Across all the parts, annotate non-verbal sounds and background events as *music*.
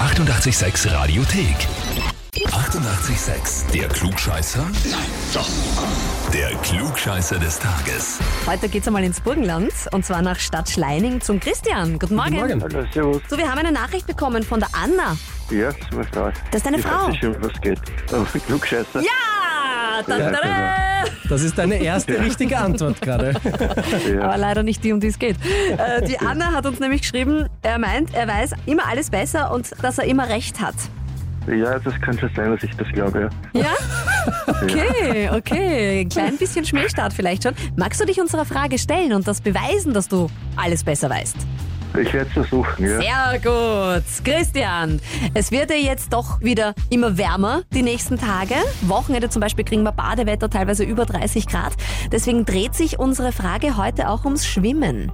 886 Radiothek. 88,6. Der Klugscheißer? Nein, doch. Der Klugscheißer des Tages. Heute geht's einmal ins Burgenland und zwar nach Stadt Schleining zum Christian. Guten Morgen. Hallo, servus. So, wir haben eine Nachricht bekommen von der Anna. Ja, das ist meine Frau. Das ist deine ich Frau? Weiß nicht schon, was geht. Um Aber Klugscheißer. Ja! Da, da, da. Das ist deine erste richtige Antwort *laughs* gerade. Aber leider nicht die, um die es geht. Äh, *laughs* die Anna hat uns nämlich geschrieben, er meint, er weiß immer alles besser und dass er immer recht hat. Ja, das kann schon sein, dass ich das glaube. Ja. Ja? Okay, okay. Klein bisschen Schmähstart vielleicht schon. Magst du dich unserer Frage stellen und das beweisen, dass du alles besser weißt? Ich werde es versuchen, ja. Sehr gut. Christian, es wird ja jetzt doch wieder immer wärmer die nächsten Tage. Wochenende zum Beispiel kriegen wir Badewetter, teilweise über 30 Grad. Deswegen dreht sich unsere Frage heute auch ums Schwimmen.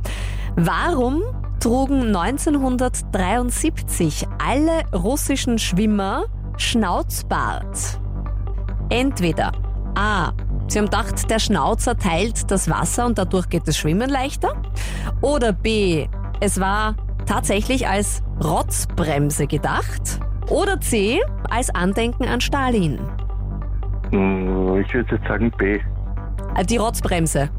Warum trugen 1973 alle russischen Schwimmer Schnauzbart? Entweder A. Sie haben gedacht, der Schnauzer teilt das Wasser und dadurch geht das Schwimmen leichter. Oder B. Es war tatsächlich als Rotzbremse gedacht. Oder C. Als Andenken an Stalin. Hm, Ich würde jetzt sagen B. Äh, Die Rotzbremse.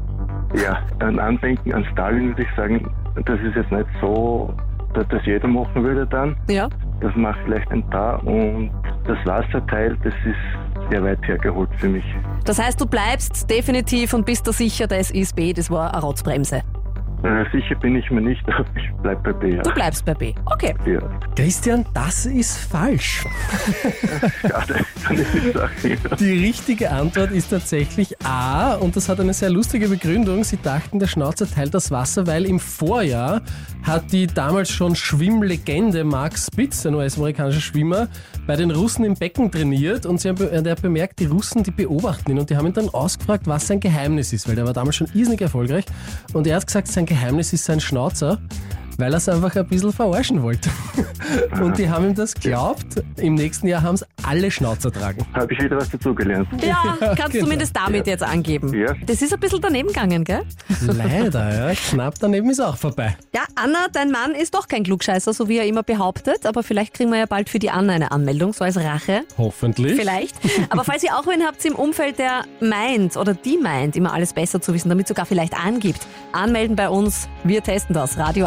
Ja, ein Andenken an Stalin würde ich sagen, das ist jetzt nicht so, dass das jeder machen würde dann. Ja. Das macht vielleicht ein paar und das Wasserteil, das ist sehr weit hergeholt für mich. Das heißt, du bleibst definitiv und bist da sicher, das ist B, das war eine Rotzbremse. Äh, sicher bin ich mir nicht, *laughs* aber ich bleib bei B, ja. Du bleibst bei B. Okay. Ja, *laughs* Christian, das ist falsch. schade, kann ich nicht sagen. Ja. Die richtige Antwort ist tatsächlich A und das hat eine sehr lustige Begründung. Sie dachten, der Schnauzer teilt das Wasser, weil im Vorjahr hat die damals schon Schwimmlegende Mark Spitz, ein US-amerikanischer Schwimmer, bei den Russen im Becken trainiert und sie haben, be- äh, der hat bemerkt, die Russen, die beobachten ihn und die haben ihn dann ausgefragt, was sein Geheimnis ist, weil der war damals schon irrsinnig erfolgreich und er hat gesagt, sein Geheimnis ist sein Schnauzer. Weil er es einfach ein bisschen verarschen wollte. *laughs* Und die haben ihm das geglaubt. Im nächsten Jahr haben es alle Schnauzer tragen. Habe ich wieder was dazugelernt. Ja, *laughs* Ja, kannst genau. zumindest damit jetzt angeben. Ja. Das ist ein bisschen daneben gegangen, gell? Leider, ja. Knapp daneben ist auch vorbei. Ja, Anna, dein Mann ist doch kein Klugscheißer, so wie er immer behauptet, aber vielleicht kriegen wir ja bald für die Anna eine Anmeldung, so als Rache. Hoffentlich. Vielleicht. Aber falls ihr auch wen habt im Umfeld, der meint oder die meint, immer alles besser zu wissen, damit sogar vielleicht angibt, anmelden bei uns. Wir testen das. Radio